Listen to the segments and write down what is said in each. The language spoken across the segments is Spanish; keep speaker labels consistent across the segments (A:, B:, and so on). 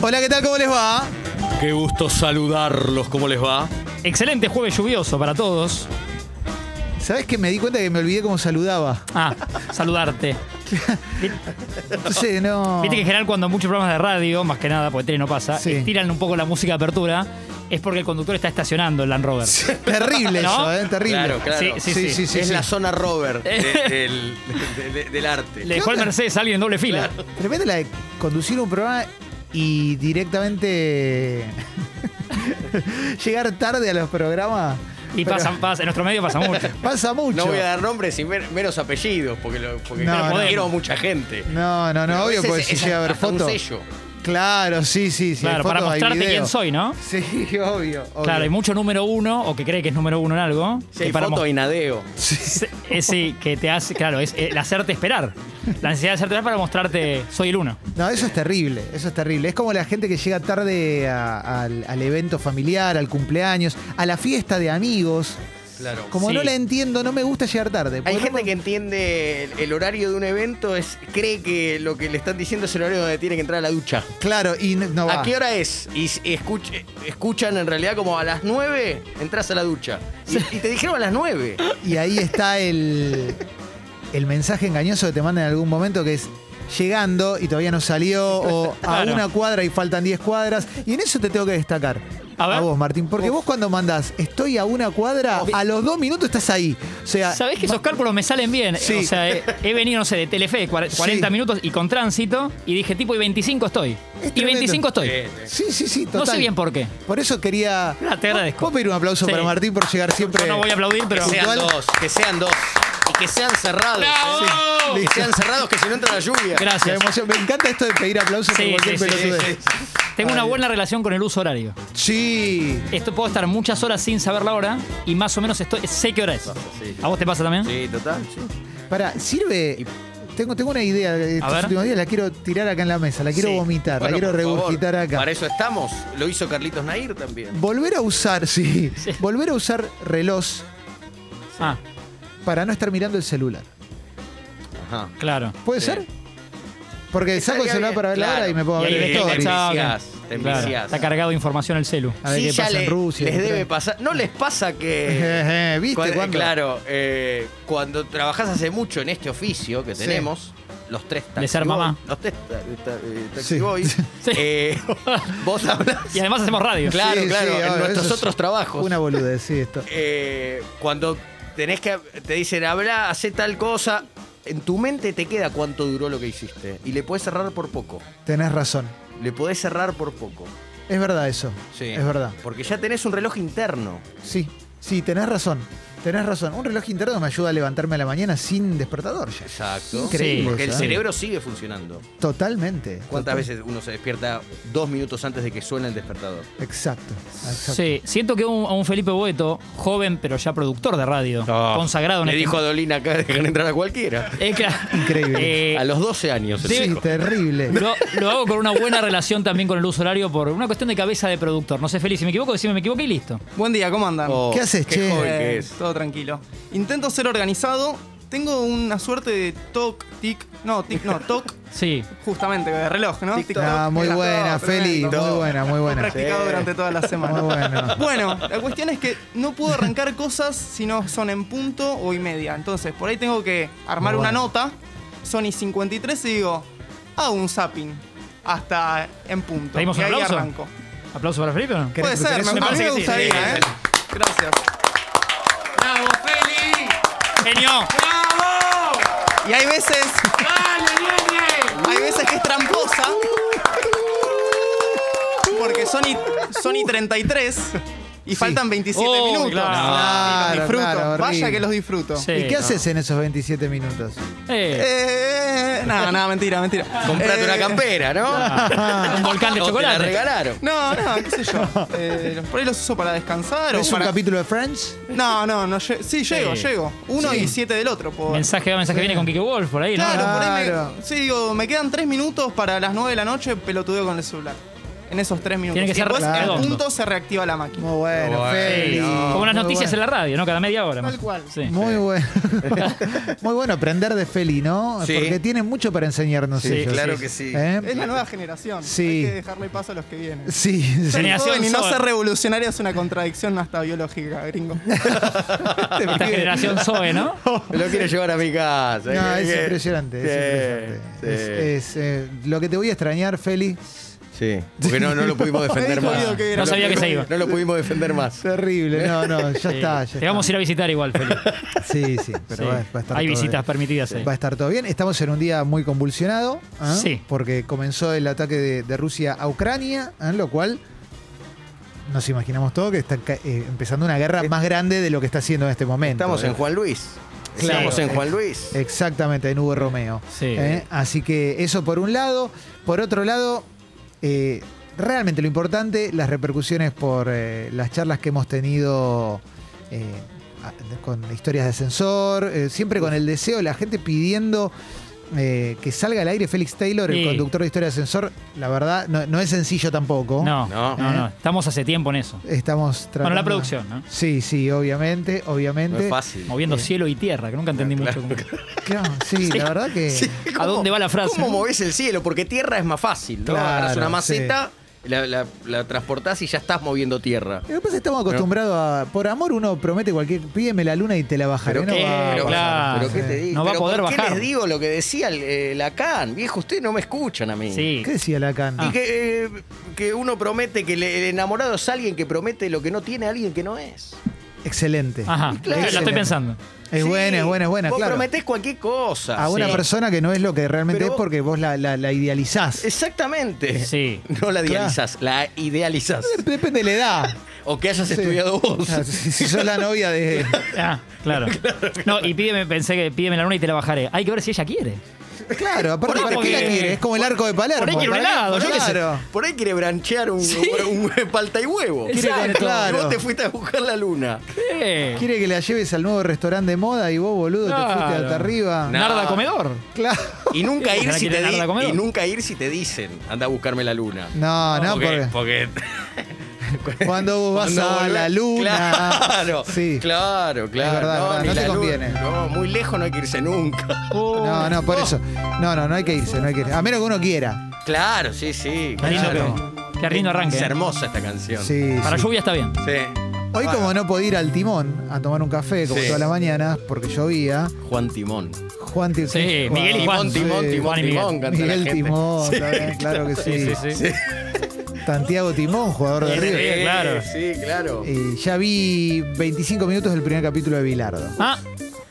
A: Hola, ¿qué tal? ¿Cómo les va?
B: Qué gusto saludarlos, ¿cómo les va?
C: Excelente jueves lluvioso para todos.
A: ¿Sabes que me di cuenta que me olvidé cómo saludaba?
C: Ah, saludarte.
A: Entonces, no.
C: Viste que en general cuando muchos programas de radio, más que nada, porque tele no pasa,
A: Sí.
C: estiran un poco la música de apertura, es porque el conductor está estacionando el Land Rover.
A: Terrible
C: ¿No?
A: eso, ¿eh? Terrible.
D: Claro, claro.
C: Sí, sí, sí.
A: sí, sí,
D: es
A: sí.
D: la zona Robert de- del, de- de- del arte.
C: Le dejó el Mercedes a alguien en doble fila.
A: De repente la de conducir un programa y directamente llegar tarde a los programas.
C: Y
A: Pero
C: pasa, pasa, en nuestro medio pasa mucho.
A: pasa mucho.
D: No voy a dar nombres y men- menos apellidos, porque, lo, porque
A: No,
D: quiero-
C: no.
D: quiero a mucha gente.
A: No, no, no,
D: Pero
A: obvio,
D: ese-
A: porque si
D: ese-
A: llega a ver
D: hasta un
A: fotos.
D: sello.
A: Claro, sí, sí, sí.
C: Claro, para mostrarte quién soy, ¿no?
A: Sí, obvio. obvio.
C: Claro, hay mucho número uno, o que cree que es número uno en algo.
D: Si
C: que
D: hay
C: para
D: foto, hay nadeo.
C: Sí, eh, sí, que te hace, claro, es el hacerte esperar. La necesidad de hacerte esperar para mostrarte, soy el uno.
A: No, eso es terrible, eso es terrible. Es como la gente que llega tarde a- al, al evento familiar, al cumpleaños, a la fiesta de amigos.
D: Claro.
A: Como
C: Sí.
A: no la entiendo, no me gusta llegar tarde.
D: Hay
A: Porque no
D: gente que entiende el, el horario de un evento, es cree que lo que le están diciendo es el horario donde tiene que entrar a la ducha.
A: me- Claro, y no, no va.
D: ¿A qué hora es? Y s- escuch- escuchan en realidad como a las 9 entras a la ducha. Y, y te dijeron a las 9.
A: Y ahí está el, el mensaje engañoso que te mandan en algún momento que es llegando y todavía no salió o a
C: Claro.
A: una cuadra y faltan 10 cuadras. Y en eso te tengo que destacar.
C: A ver.
A: vos, Martín, porque vos cuando mandás estoy a una cuadra, a los dos minutos estás ahí. O sea,
C: Sabés que esos cálculos me salen bien.
A: Sí.
C: O sea, he, he venido, no sé, de Telefe cuar- 40
A: Sí.
C: minutos y con tránsito y dije, tipo, y 25 estoy.
A: Es
C: y
A: tremendo.
C: 25 estoy.
D: Eh,
A: Sí, sí, sí, total.
C: no sé bien por qué.
A: Por eso quería.
C: Ah, te agradezco.
A: ¿Puedo pedir un aplauso
C: Sí.
A: para Martín por llegar siempre?
C: Yo no voy a aplaudir, pero.
D: Que sean
A: ¿Puntual?
D: dos, que sean dos. Y que sean cerrados.
C: ¡Bravo!
D: ¿eh? Que sean cerrados, que si no entra la lluvia.
A: La
C: Gracias.
A: emoción. Me encanta esto de pedir aplausos
C: Sí,
A: por cualquier
C: sí, sí,
A: pelotudez.
C: sí, Tengo una
A: Ay.
C: buena relación con el uso horario.
A: Sí.
C: Esto puedo estar muchas horas sin saber la hora y más o menos estoy, sé qué hora es.
D: sí.
C: ¿A vos te pasa también?
D: Sí, total. sí.
A: Para, sirve. Tengo, tengo una idea. Estos
C: ver.
A: últimos días la quiero tirar acá en la mesa, la quiero
D: Sí.
A: vomitar,
D: Bueno,
A: la quiero
D: por favor,
A: regurgitar acá.
D: Para eso estamos. Lo hizo Carlitos Nair también.
A: Volver a usar, sí. Volver a usar reloj
C: Ah,
A: para no estar mirando el celular.
D: Ajá.
C: claro.
A: ¿Puede
D: Sí.
A: ser? Porque saco el
D: Estaría
A: celular
D: bien,
A: para ver la
D: claro.
A: hora y me puedo
C: Y
A: ver
C: ahí
A: el
C: ves todo
A: story.
D: te
C: WhatsApp.
D: enviciás, te
C: Claro,
D: enviciás.
C: Está cargado de información el celu.
A: A ver
D: Sí,
A: qué
D: ya
A: pasa
D: le-
A: en Rusia.
D: Les
A: qué
D: debe
A: tal.
D: pasar. ¿No les pasa que.
A: Ejé, ¿Viste?
D: cuando-
A: cuándo?
D: Claro, eh, cuando trabajás hace mucho en este oficio que
A: Sí.
D: tenemos, los tres taxi
C: De ser
D: boy-
C: mamá.
D: Los tres ta- ta- eh, taxi
A: Sí.
D: boys, eh, vos hablás.
C: Y además hacemos radio.
D: Claro,
A: Sí,
D: claro,
A: sí,
D: en
A: obvio,
D: nuestros
A: eso es
D: otros trabajos.
A: Una boludez, sí, esto.
D: eh, cuando tenés que te dicen habla, hace tal cosa, en tu mente te queda cuánto duró lo que hiciste y le podés cerrar por poco.
A: Tenés razón.
D: Le podés cerrar por poco.
A: Es verdad eso. Es verdad.
D: Porque ya tenés un reloj interno.
A: Sí, sí, tenés razón. Tenés razón. Un reloj interno me ayuda a levantarme a la mañana sin despertador ya.
D: Exacto.
A: Increíble.
C: Sí,
D: Porque el
A: ¿sabes?
D: cerebro sigue funcionando.
A: Totalmente.
D: ¿Cuántas
A: Total-
D: veces uno se despierta dos minutos antes de que suene el despertador?
A: Exacto. exacto.
C: Sí, siento que un- a un Felipe Boeto, joven pero ya productor de radio, consagrado en
D: Oh, Le
C: este-
D: dijo a Dolina acá, dejan entrar a cualquiera.
C: Eh, claro.
A: Increíble.
C: Eh,
D: a los 12 años. el
C: sí.
D: chico.
A: Terrible.
C: lo, lo hago con una buena relación también con el uso horario por una cuestión de cabeza de productor. No sé, Feliz, si me equivoco, decime, me equivoqué y listo.
E: Buen día, ¿cómo andan?
D: Oh,
A: ¿Qué haces, che?
D: joven
E: Eh,
D: que es.
E: Todo tranquilo. Intento ser organizado. Tengo una suerte de toc, tic, no, tic, no, toc,
C: Sí.
E: justamente, de reloj, ¿no? Tic, toc,
A: Ah, muy
E: tic, toc,
A: buena,
E: tremendo.
A: Feli. Muy buena, muy
E: He
A: buena.
E: practicado
D: Sí.
E: durante toda la
A: Muy
E: semana.
A: buena.
E: Bueno, la cuestión es que no puedo arrancar cosas si no son en punto o y media. Entonces, por ahí tengo que armar
A: Muy
E: una
A: bueno.
E: nota, Sony 53, y digo, hago un zapping hasta en punto.
C: ¿Pedimos
E: Y
C: un
E: ahí
C: aplauso?
E: arranco.
C: ¿Aplauso para Felipe o no?
E: Puede ser,
A: ¿Querés-
E: me, a mí
C: parece
E: me
C: que sí.
E: gustaría, ¿eh? Gracias.
F: ¡Bravo, Feli!
C: Genio.
F: ¡Bravo!
E: Y hay veces
F: ¡Dale, nene!
E: Hay veces que es tramposa. Porque Sony, Sony 33 y faltan 27
C: Oh,
E: minutos.
C: claro.
E: y los disfruto.
A: Claro, claro, horrible.
E: Vaya que los disfruto.
C: Sí.
A: ¿Y qué haces en esos 27 minutos?
C: Eh,
E: Eh, nada, nada, mentira, mentira.
D: Comprate
E: Eh,
D: una campera, ¿no?
C: ah, un volcán de
D: O te la
C: chocolate.
D: regalaron.
E: No, no, qué sé yo. Eh, los- por ahí los uso para descansar o
A: ¿Es un
E: para.
A: capítulo de Friends?
E: No, no, no. lle- Sí, llego,
C: Sí.
E: llego. Uno y siete del otro. puedo ver.
C: Mensaje va, mensaje viene con Kike Wolf por ahí, ¿no?
E: Claro, por ahí me-
A: Claro.
E: sí, digo, me quedan tres minutos para las nueve de la noche, pelotudeo con el celular. en esos tres minutos.
C: Tiene que
E: Y
C: ser
E: después, en
A: redondo.
E: punto, se reactiva la máquina.
A: Muy bueno,
D: Bueno.
A: Feli.
D: Sí,
C: Como unas
A: Muy
C: noticias en
A: bueno.
C: la radio, ¿no? Cada media hora.
G: Tal
C: más.
G: cual.
C: Sí.
A: Muy bueno. Muy bueno aprender de Feli, ¿no?
D: Sí.
A: Porque tienen mucho para enseñarnos
D: Sí,
A: ellos.
D: claro que sí.
A: ¿Eh?
E: Es la nueva generación.
A: Sí.
E: Hay que dejarle paso a los que vienen.
A: Sí, sí.
E: Ser
C: Generación
E: joven y no
C: Sol.
E: ser revolucionario es una contradicción hasta biológica, gringo.
C: Esta generación Zoe, ¿no?
D: Me lo quiero llevar a mi casa.
A: No,
D: Eh,
A: es
D: eh.
A: impresionante. es
D: Sí,
A: impresionante.
D: sí.
A: Es- es, eh, lo que te voy a extrañar, Feli.
D: Sí, porque no, no lo pudimos defender
E: Me dijo
D: más.
E: Guido que era.
D: lo
C: No sabía que se iba.
D: No lo pudimos defender más.
A: Terrible. No, no, ya está. Ya
C: Te vamos a ir a visitar igual, Felipe.
A: está. Sí, sí, pero
C: Sí.
A: va, va a estar
C: Hay
A: todo
C: visitas
A: bien.
C: permitidas ahí.
A: Va a estar todo bien. Estamos en un día muy convulsionado. ¿ah?
C: Sí.
A: Porque comenzó el ataque de, de Rusia a Ucrania, ¿ah? lo cual nos imaginamos todo que está ca- eh, empezando una guerra más grande de lo que está haciendo en este momento.
D: Estamos en
A: ¿eh?
D: Juan Luis.
C: Claro.
D: Estamos en Juan Luis.
A: Exactamente, en Hugo Romeo.
C: Sí.
A: ¿Eh? Así que eso por un lado. Por otro lado, eh, realmente lo importante, las repercusiones por eh, las charlas que hemos tenido eh, a- con historias de ascensor, eh, siempre con el deseo, de la gente pidiendo eh, que salga al aire Félix Taylor, el
C: Sí.
A: conductor de historia de ascensor. La verdad, no, no es sencillo tampoco.
C: No,
D: No.
C: no, no, Estamos hace tiempo en eso.
A: Estamos tratando.
C: Bueno, la producción, ¿no?
A: Sí, sí, obviamente, obviamente.
D: No es fácil.
C: Moviendo cielo y tierra, que nunca entendí mucho. cómo-
A: Claro, sí, la verdad que.
C: ¿A dónde va la frase?
D: ¿Cómo movés el cielo? Porque tierra es más fácil, ¿no?
A: Claro,
D: Agarrás una
A: sí.
D: maceta, la, la- la transportás y ya estás moviendo tierra.
A: Lo que pasa es que estamos acostumbrados a. Por amor, uno promete cualquier. Pídeme la luna y te la bajaré.
D: Pero,
A: no
D: qué,
A: va a
D: pero-
A: pasar.
C: claro.
D: pero qué te
A: Sí.
D: digo.
C: No va a
D: Pero
C: poder
D: ¿por qué
C: bajar.
D: les digo lo que decía el, eh, Lacan? Viejo, ustedes no me escuchan a mí.
C: Sí.
A: ¿Qué decía Lacan?
C: Ah.
D: Y que, eh, que uno promete, que le- el enamorado es alguien que promete lo que no tiene a alguien que no es.
A: Excelente.
C: Ajá.
D: Claro.
C: La estoy pensando.
A: Es
D: Sí,
A: buena, es buena, es buena,
D: Vos
A: claro. Ah,
D: prometés cualquier cosa.
A: A una
C: Sí.
A: persona que no es lo que realmente
D: Pero
A: es
D: vos-
A: porque vos la, la- la idealizás.
D: Exactamente.
C: Eh, Sí.
D: No la idealizás, la idealizás.
A: Depende de la edad.
D: O que hayas
A: Sí.
D: estudiado vos.
A: Ah, Si, si sos la novia de.
C: Ah, claro. No, y pídeme, pensé que pídeme la luna y te la bajaré. Hay que ver si ella quiere.
A: Claro, aparte,
C: Por ahí
A: ¿para qué la
C: porque-
A: quiere? Es como el arco de Palermo.
C: por ahí quiere un
A: Para mí-
C: helado, yo qué sé.
A: Claro.
D: Por ahí quiere branchear un, un- un palta y huevo.
C: Quiere Exacto. con-
A: claro.
D: Y vos te fuiste a buscar la luna.
C: ¿Qué?
A: Quiere que la lleves al nuevo restaurante de moda y vos, boludo, te fuiste
C: Claro.
A: hasta arriba.
D: No.
C: Narda comedor.
A: Claro.
D: Y nunca
C: Sí,
D: ir
C: ojalá
D: si
C: quiere
D: te di-
C: darla a comer.
D: y nunca ir si te dicen, anda a buscarme la luna.
A: No, Ah, no, porque.
D: porque
A: Cuando vos vas
D: cuando
A: a
D: volvés-
A: la luna.
D: Claro,
A: Sí.
D: claro, claro.
A: Es verdad, es verdad,
D: ni
A: no te
D: la luna.
A: conviene.
D: No, muy lejos no hay que irse nunca.
C: Oh,
A: No, no, por eso. No, no, no hay que irse, no hay que irse. A menos que uno quiera.
D: Claro, sí, sí.
C: Qué lindo,
D: claro.
C: que- qué lindo arranque.
D: Es
C: ¿eh?
D: hermosa esta canción.
A: Sí,
C: Para
A: sí.
C: lluvia está bien.
D: Sí.
A: Hoy como no podía ir al timón a tomar un café como
D: Sí.
A: todas las mañanas porque llovía,
D: Juan Timón.
A: Juan Timón.
C: Sí, Miguel y
D: Timón,
C: Juan.
D: Timón, Timón,
C: Juan y Miguel.
D: Timón. canta la
A: Miguel
D: gente.
A: Timón, también, claro que sí. Santiago Timón, jugador de
C: Sí,
A: River.
C: sí, claro.
D: Sí, claro.
A: Y ya vi 25 minutos del primer capítulo de Bilardo.
C: Ah,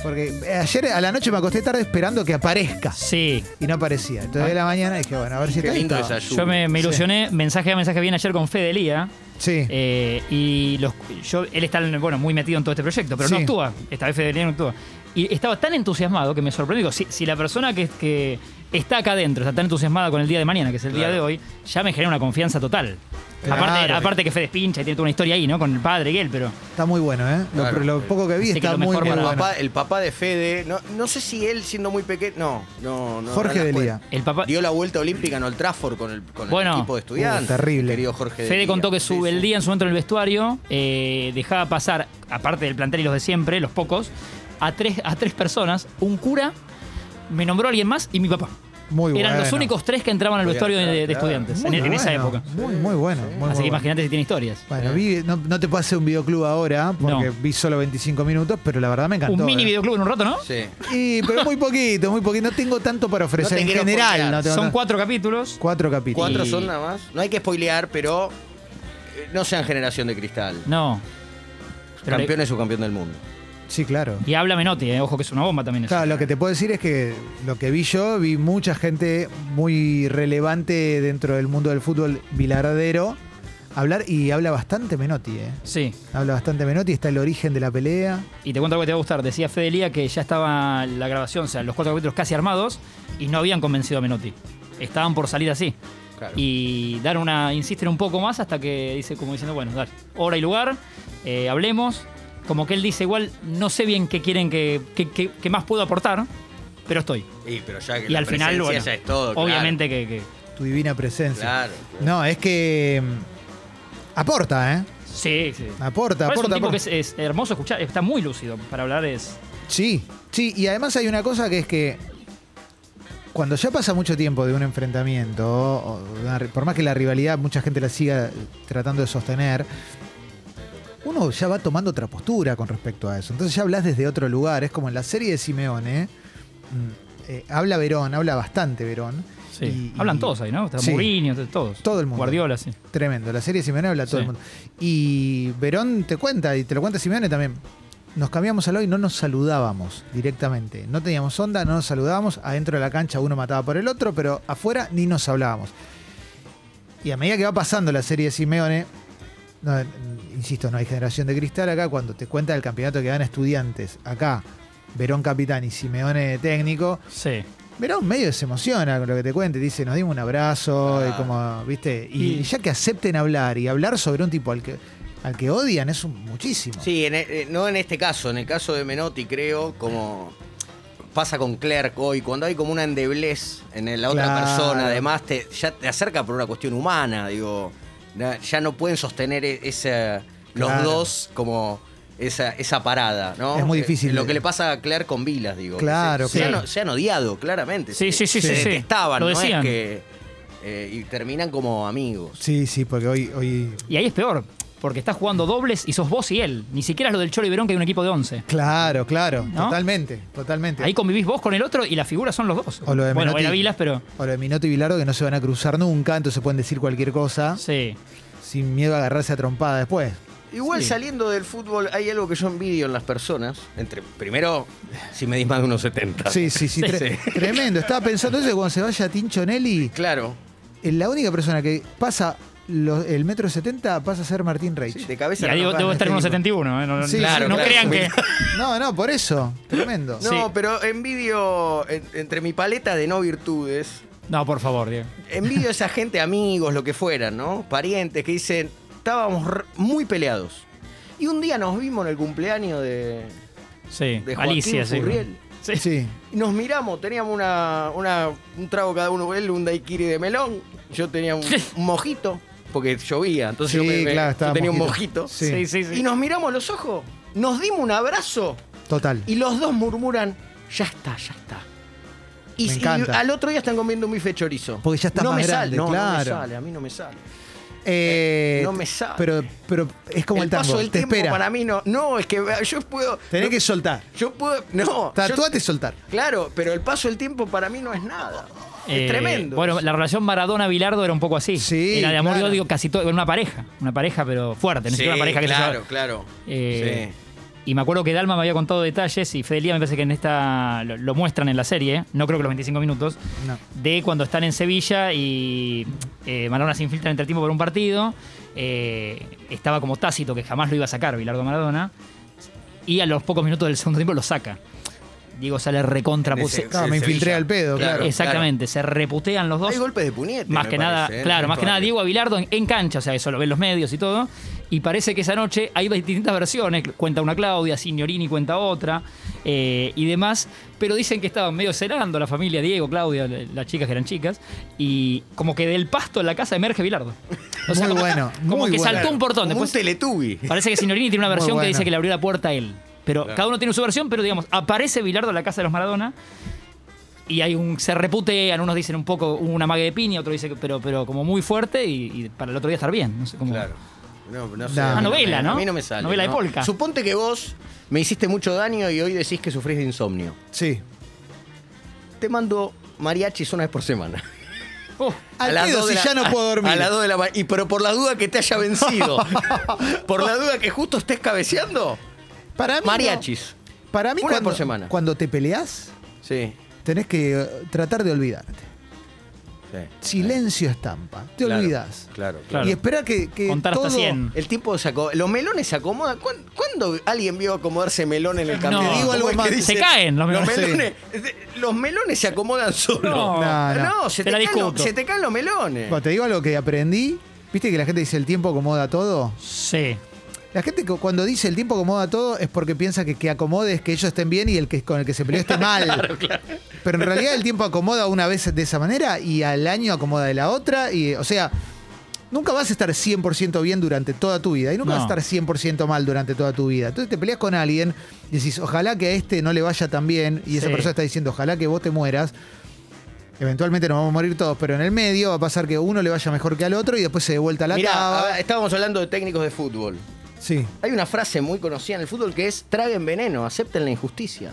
A: Porque ayer a la noche me acosté tarde esperando que aparezca.
C: sí.
A: Y no aparecía. Entonces de la mañana dije, bueno, a ver si
D: Qué
A: está.
D: lindo
A: Estaba.
D: desayuno.
C: Yo me, me ilusioné, mensaje a mensaje bien ayer con Fede Lía.
A: Sí.
C: Eh, y los, yo, él está bueno, muy metido en todo este proyecto, pero no
A: Sí.
C: actúa. Esta vez Federico no actúa. Y estaba tan entusiasmado que me sorprendió. Digo, Si, si la persona que, que está acá adentro está tan entusiasmada con el día de mañana, que es el día de hoy, ya me genera una confianza total.
A: Claro.
C: Aparte, aparte que Fede es pincha y tiene toda una historia ahí, ¿no? Con el padre y él, pero.
A: Está muy bueno, ¿eh? Lo-
D: Claro.
A: Lo, poco que vi
C: Así que
A: está
C: lo
A: muy,
C: mejor
A: muy
D: el,
C: para
A: bueno.
D: papá, el papá de Fede, no, no sé si él siendo muy pequeño. No, no, no.
A: Jorge
D: no las
A: Delía.
C: El papá.
D: cuento. Dio la vuelta olímpica en Old Trafford con el, con el
C: Bueno.
D: equipo de estudiantes.
A: Uh, terrible.
D: Querido Jorge
C: Fede
D: Delía.
C: contó que su
D: Sí, sí.
C: el día en su momento en el vestuario eh, dejaba pasar, aparte del plantel y los de siempre, los pocos, a tres, a tres personas, un cura, me nombró alguien más y mi papá.
A: Muy bueno.
C: Eran los únicos tres que entraban al vestuario de, de
D: Claro.
C: estudiantes en,
A: Muy
C: en esa
A: bueno,
C: época.
A: Muy, muy bueno. muy,
C: Así
A: muy
C: que imagínate si tiene historias.
A: Bueno, Bueno, vi- no, no te puedo hacer un videoclub ahora porque
C: No.
A: vi solo 25 minutos, pero la verdad me encantó.
C: Un mini
A: eh.
C: videoclub en un rato, ¿no?
D: Sí.
A: Y, pero muy poquito, muy poquito. No tengo tanto para ofrecer.
D: No te
A: en
D: quiero
A: general,
D: spoilear.
A: no tengo
C: Son
A: nada.
C: cuatro capítulos.
A: Cuatro capítulos.
D: Cuatro
C: Y-
D: son nada más. No hay que spoilear, pero eh, no sean generación de cristal.
C: No. Pero le-
D: Campeón es subcampeón del mundo.
A: Sí, claro.
C: y habla Menotti, eh, ojo que es una bomba también. eso.
A: Claro, lo que te puedo decir es que lo que vi yo, vi mucha gente muy relevante dentro del mundo del fútbol bilardero hablar y habla bastante Menotti, ¿eh?
C: Sí.
A: Habla bastante Menotti, está el origen de la pelea.
C: Y te cuento algo que te va a gustar. Decía Fede Lía que ya estaba la grabación, o sea, los cuatro capítulos casi armados y no habían convencido a Menotti. Estaban por salir así.
D: Claro.
C: Y dar una. insisten un poco más hasta que dice, como diciendo, bueno, dale, hora y lugar, eh, hablemos. Como que él dice, igual, no sé bien qué quieren que, que- que- que más puedo aportar, pero estoy.
D: Y, pero ya que
C: Y
D: la
C: al final,
D: presencia
C: bueno,
D: ya es todo. Oh, claro.
C: obviamente que, que-
A: tu divina presencia.
D: Claro, claro.
A: No, es que mm, aporta, ¿eh?
C: Sí, sí.
A: Aporta,
C: Aparte es un
A: aporta,
C: tipo
A: aporta.
C: que es, es hermoso escuchar, está muy lúcido para hablar es...
A: Sí, sí, y además hay una cosa que es que cuando ya pasa mucho tiempo de un enfrentamiento, o de una ri- por más que la rivalidad mucha gente la siga tratando de sostener, uno ya va tomando otra postura con respecto a eso. Entonces ya hablas desde otro lugar, es como en la serie de Simeone, mm, eh, habla Verón, habla bastante Verón.
C: Sí.
A: y-
C: Hablan
A: y-
C: todos ahí, ¿no? Está
A: Sí.
C: Mourinho, todos.
A: Todo el mundo.
C: Guardiola, sí.
A: Tremendo, la serie de Simeone habla a todo
C: Sí.
A: el mundo. Y Verón te cuenta, y te lo cuenta Simeone también. Nos cambiamos al hoy, no nos saludábamos directamente. No teníamos onda, no nos saludábamos. Adentro de la cancha uno mataba por el otro, pero afuera ni nos hablábamos. Y a medida que va pasando la serie de Simeone, no, eh, insisto, no hay generación de cristal acá, cuando te cuenta el campeonato que dan estudiantes acá, Verón capitán y Simeone técnico,
C: Sí.
A: Verón medio se emociona con lo que te cuente, dice, nos dimos un abrazo,
D: Ah.
A: y como, viste, y,
C: Y-
A: ya que acepten hablar y hablar sobre un tipo al que al que odian es un- muchísimo.
D: Sí, en e- eh, no en este caso, en el caso de Menotti creo, como pasa con Clerc hoy, cuando hay como una endeblez en el- la otra
A: Claro.
D: persona, además te, ya te acerca por una cuestión humana, digo, na- ya no pueden sostener e- esa, los
A: Claro.
D: dos como esa, esa parada, ¿no?
A: Es muy
D: Eh,
A: difícil.
D: Lo que le pasa a Clerc con Vilas, digo. que
A: Claro,
D: se, Se,
C: claro.
D: han, se han odiado, claramente.
C: Sí, sí, sí,
D: se
C: sí, sí.
D: detestaban,
C: Lo
D: no
C: decían.
D: es que... eh, y terminan como amigos.
A: sí, sí, porque hoy, hoy.
C: Y ahí es peor, porque estás jugando dobles y sos vos y él. Ni siquiera es lo del Cholo y Verón, que hay un equipo de 11.
A: Claro, claro,
C: ¿No?
A: totalmente, totalmente.
C: Ahí convivís vos con el otro y las figuras son los dos.
A: O lo de
C: bueno,
A: Menotti.
C: era Vilas, pero.
A: O lo de Minoto y Bilardo que no se van a cruzar nunca, entonces pueden decir cualquier cosa
C: Sí.
A: sin miedo a agarrarse a trompada después.
D: Igual
C: Sí.
D: saliendo del fútbol hay algo que yo envidio en las personas. Entre, primero, si medís más de unos 70.
A: Sí, sí, sí, tre- tremendo. Estaba pensando eso que cuando se vaya Tincho Nelly,
D: Claro.
A: eh, la única persona que pasa los- el metro 70 pasa a ser Martín Reich.
D: Sí, de
C: Y
D: cabeza.
C: ahí
D: no
C: debo,
D: nos
C: debo
D: gana
C: estar en
D: este
C: unos 71, ¿eh? No, no-
A: Sí,
D: Claro,
C: no
D: claro.
C: crean que.
A: No, no, por eso. Tremendo.
D: tipo. No, pero envidio en- entre mi paleta de no virtudes.
C: No, por favor, Diego.
D: Envidio a esa gente, amigos, lo que fueran, ¿no? Parientes que dicen, estábamos r- muy peleados. Y un día nos vimos en el cumpleaños de,
C: Sí.
D: de Joaquín
C: Alicia, sí.
D: Furriel.
C: Sí.
A: Sí.
D: Y Nos miramos, teníamos una, una- un trago cada uno, él un daiquiri de melón, yo tenía un, un mojito, porque llovía, entonces yo,
A: Sí,
D: me- me-
A: claro,
D: yo
A: estaba
D: tenía
A: mojito.
D: un mojito.
A: Sí.
C: Sí, sí, sí.
D: Y nos miramos a los ojos, nos dimos un abrazo
A: Total.
D: y los dos murmuran, ya está, ya está. Y,
A: Me
D: y
A: encanta.
D: al otro día están comiendo un bife de chorizo.
A: Porque ya está
D: no
A: más
D: me
A: grande,
D: sale, no, no me
A: claro.
D: sale, a mí no me sale.
A: Eh,
D: no me sale.
A: Pero, pero es como el, tango.
D: paso del
A: te
D: tiempo
A: espera.
D: para mí no, no, es que yo puedo...
A: Tenés
D: no-
A: que soltar.
D: Yo puedo... No. yo-
A: Tatuate y soltar.
D: Claro, pero el paso del tiempo para mí no es nada.
C: Eh,
D: es tremendo.
C: Bueno, la relación Maradona-Bilardo era un poco así.
A: Sí,
C: Era de amor
A: claro.
C: y odio casi todo. Era una pareja. Una pareja, pero fuerte. No
D: Sí,
C: siquiera una pareja que se
D: claro,
C: llevaba.
D: claro.
C: Eh, Y me acuerdo que Dalma me había contado detalles y Fedelía me parece que en esta lo, lo muestran en la serie, ¿eh? no creo que los 25 minutos,
A: No.
C: de cuando están en Sevilla y eh, Maradona se infiltra entre el tiempo por un partido, eh, estaba como tácito que jamás lo iba a sacar Bilardo Maradona, y a los pocos minutos del segundo tiempo lo saca. Diego sale recontra, puse- Ah,
D: Ese-
A: claro, me
D: ese
A: infiltré
D: Sevilla.
A: al pedo, claro.
C: Exactamente, se reputean los dos.
D: Hay golpes de puñete.
C: Más
D: me
C: que nada,
D: parece, ¿eh?
C: claro,
D: En
C: más que nada
D: historia.
C: Diego Avilardo en, en cancha, o sea, eso lo ven los medios y todo. Y parece que esa noche hay distintas versiones, cuenta una Claudia, Signorini cuenta otra eh, y demás, pero dicen que estaban medio cenando la familia Diego, Claudia, la- las chicas que eran chicas, y como que del pasto en la casa emerge Vilardo.
A: Muy bueno,
C: Como
A: muy
C: que
A: bueno.
C: saltó un portón.
D: Como
C: Después,
D: un teletubi.
C: parece que Signorini tiene una
A: Muy
C: versión que
A: bueno.
C: dice que le abrió la puerta a él. Pero cada uno tiene su versión, pero digamos, aparece Vilardo en la casa de los Maradona y hay un se reputean, unos dicen un poco una mague de piña, otro dice que pero pero como muy fuerte y, y para el otro día estar bien, no sé cómo.
D: Claro. No, no sé.
A: Nah. Una
D: a mí me-
C: novela, ¿no?
D: A mí no me sale.
C: Novela de
D: no.
C: polka.
D: Suponte que vos me hiciste mucho daño y hoy decís que sufrís de insomnio.
A: Sí.
D: Te mando mariachis una vez por semana.
C: Uh,
A: Al
D: las
A: pedo
D: dos
A: si
D: de la-
A: ya no puedo dormir.
D: A las 2 de la mañana. Y pero por la duda que te haya vencido. por la duda que justo estés cabeceando.
A: Para mí no.
D: Mariachis.
A: Para mí,
D: Una
A: cuando,
D: por semana.
A: cuando te peleás,
D: Sí.
A: tenés que eh, tratar de olvidarte.
D: sí.
A: Silencio estampa. Te
D: Claro,
A: olvidás.
D: Claro, claro.
C: Claro.
A: Y espera que, que
C: Contar hasta
A: todo-
C: 100.
D: El tiempo se acomoda. Los melones se acomodan. ¿Cuán- ¿Cuándo, alguien vio acomodarse melón en el camino?
C: Te digo
D: ¿Cómo
A: algo
D: es que
A: más.
D: dice?
C: Se caen los melones.
D: melones. Los melones se acomodan solos.
C: No.
A: No, no.
D: se, te
C: Te la
D: caen los,
C: discuto.
D: se te caen los melones.
A: Bueno, te digo algo que aprendí. Viste que la gente dice el tiempo acomoda todo.
C: sí.
A: La gente cu- cuando dice el tiempo acomoda todo es porque piensa que que acomode es que ellos estén bien y el que con el que se peleó esté mal. Pero en realidad el tiempo acomoda una vez de esa manera y al año acomoda de la otra. Y, o sea, nunca vas a estar 100% bien durante toda tu vida y nunca
C: No.
A: vas a estar 100% mal durante toda tu vida. Entonces te peleas con alguien y decís, ojalá que a este no le vaya tan bien y esa
C: Sí.
A: persona está diciendo, ojalá que vos te mueras. Eventualmente nos vamos a morir todos, pero en el medio va a pasar que uno le vaya mejor que al otro y después se devuelta la
D: Mirá,
A: taba.
D: ahora estábamos hablando de técnicos de fútbol.
A: Sí,
D: Hay una frase muy conocida en el fútbol que es traguen veneno, acepten la injusticia.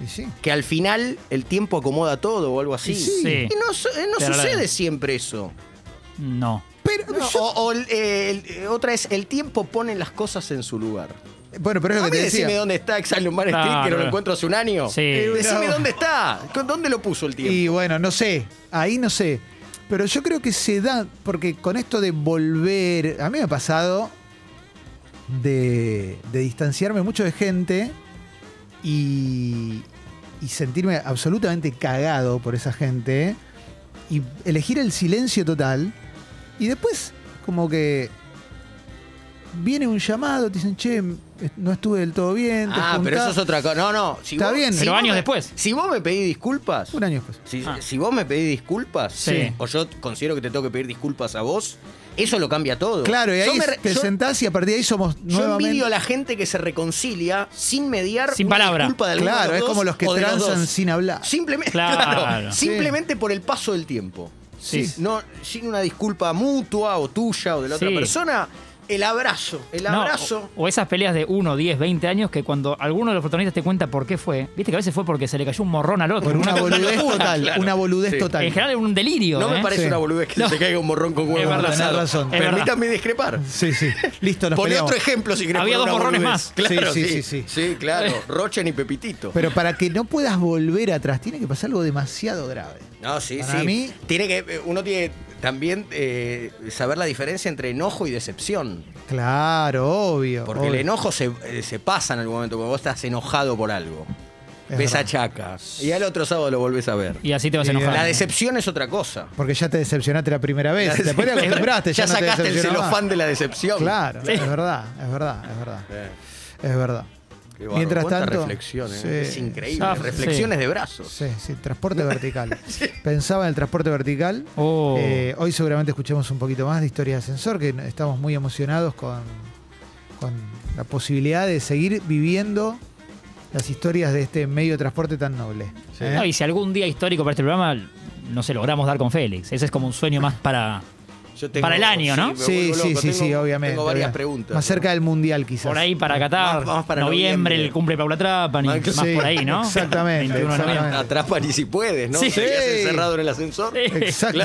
A: y sí.
D: Que al final el tiempo acomoda todo o algo así.
A: Y sí.
C: Sí.
D: Y no, su- eh, no
C: Pero la-
D: sucede siempre eso.
C: No.
A: Pero yo-
D: O, o el- eh, el- eh, otra es, el tiempo pone las cosas en su lugar.
A: bueno, pero es
D: A
A: lo
D: mí
A: que te
D: decime
A: decía.
D: dónde está Exalumbar Street,
C: Claro.
D: que no lo encuentro hace un año.
C: Sí.
D: Eh, Decime
A: No.
D: dónde está. ¿Con- ¿Dónde lo puso el tiempo?
A: Y bueno, no sé, ahí no sé. Pero yo creo que se da, porque con esto de volver, a mí me ha pasado de, de distanciarme mucho de gente y, y sentirme absolutamente cagado por esa gente y elegir el silencio total y después como que viene un llamado, te dicen, che, no estuve del todo bien. te
D: ah, pero
A: juntás".
D: eso es otra cosa. No, no. Si
A: Está
D: vos-
A: bien.
D: si
C: Pero
D: vos
C: años
D: me-
C: después.
D: Si vos me pedís disculpas,
A: Un año después.
D: Si,
C: Ah.
D: si vos me pedís disculpas,
C: Sí.
D: o yo considero que te tengo que pedir disculpas a vos, eso lo cambia todo.
A: Claro, y
D: Yo
A: ahí
D: me re-
A: te
D: yo-
A: sentás y a partir de ahí somos
D: yo
A: nuevamente.
D: envidio a la gente que se reconcilia sin mediar
C: Sin
D: una
C: palabra.
D: disculpa de alguno
A: Claro,
D: de
A: es
D: dos
A: como los que
D: o de
A: transan
D: dos.
A: sin hablar.
D: Simplemente,
C: Claro.
D: claro,
C: Sí.
D: simplemente por el paso del tiempo.
C: Sí.
A: Sí.
D: No, sin una disculpa mutua o tuya o de la
C: Sí.
D: otra persona, el abrazo, el
C: No,
D: abrazo.
C: o, o esas peleas de 1, 10, 20 años que cuando alguno de los protagonistas te cuenta por qué fue, viste que a veces fue porque se le cayó un morrón al otro.
A: Por una boludez
C: locura.
A: total, una boludez
D: Sí.
A: total.
C: En general es un delirio.
D: No me
C: ¿eh?
D: parece
A: Sí.
D: una boludez que
C: No.
D: se te caiga un morrón con huevo
C: Es verdad,
D: embarazado.
A: tenés razón.
C: Es verdad.
D: Permítame discrepar.
A: Sí, sí. Listo, nos
D: Poné
A: peleamos.
D: otro ejemplo si querés.
C: Había
D: poner
C: dos
D: una
C: borrones
D: boludez.
C: más.
D: Claro,
A: Sí,
D: sí,
A: sí,
D: sí,
A: sí,
D: sí. claro. Rochen y Pepitito.
A: Pero para que no puedas volver atrás, tiene que pasar algo demasiado grave.
D: no, sí,
A: para
D: sí.
A: mí-
D: Tiene que, eh, uno tiene que también eh, saber la diferencia entre enojo y decepción.
A: Claro, obvio.
D: Porque
A: obvio.
D: el enojo se, eh, se pasa en algún momento, cuando vos estás enojado por algo.
A: Es
D: Ves
A: verdad.
D: a Chaca. Y al otro sábado lo volvés a ver.
C: Y así te vas a
A: Y
C: enojar.
D: La decepción es otra cosa.
A: Porque ya te decepcionaste la primera vez. Te después te acostumbraste, ya,
D: ya
A: no te
D: sacaste el
A: decepcionó más.
D: celofán de la decepción.
A: Claro,
C: Sí.
A: es verdad, es verdad, es verdad.
D: Eh,
A: Es verdad.
D: qué bárbaro.
A: Mientras
D: Cuánta
A: tanto-
D: reflexión, eh.
A: Sí.
D: Es increíble.
C: Ah,
D: reflexiones de brazos.
A: Sí, sí, transporte vertical. Pensaba en el transporte vertical.
C: Oh.
A: Eh, hoy seguramente escuchemos un poquito más de historia de ascensor, que estamos muy emocionados con, con la posibilidad de seguir viviendo las historias de este medio de transporte tan noble. ¿eh?
C: No, y si algún día histórico para este programa, no sé, logramos dar con Félix. Ese es como un sueño más para.
D: Yo
C: Para el año, ¿no?
D: me
A: Sí,
D: vuelvo
A: sí,
D: loco.
A: sí, sí,
D: Tengo-
A: obviamente.
D: Tengo varias
A: obviamente.
D: preguntas.
A: Más cerca del mundial, quizás.
C: Por ahí para Qatar.
D: Más- más para
C: noviembre,
D: noviembre.
C: el cumple de Paula Trapan y
D: Ah,
C: más
A: sí,
C: por ahí, ¿no?
A: exactamente,
C: 21 de noviembre.
A: exactamente.
D: Atrapa ni si puedes, ¿no?
C: Sí.
D: Te habías encerrado en el ascensor.
A: Exacto.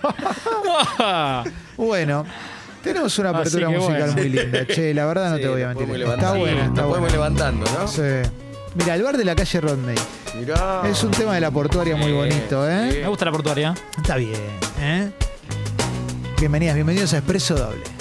A: bueno, tenemos una
C: Así
A: apertura
C: que
A: musical
C: bueno.
A: muy linda. Che, la verdad no
D: Sí,
A: te voy a
D: nos
A: mentir.
D: podemos
A: Está
D: levantar.
A: buena,
D: Nos
A: está
D: podemos
A: buena.
D: levantando, ¿no?
A: Sí. Mira, el bar de la calle Rodney.
D: Mirá.
A: Es un tema de la portuaria muy bonito, ¿eh?
C: Me gusta la portuaria.
A: Está bien, ¿eh? Bienvenidas, bienvenidos a Expreso Doble.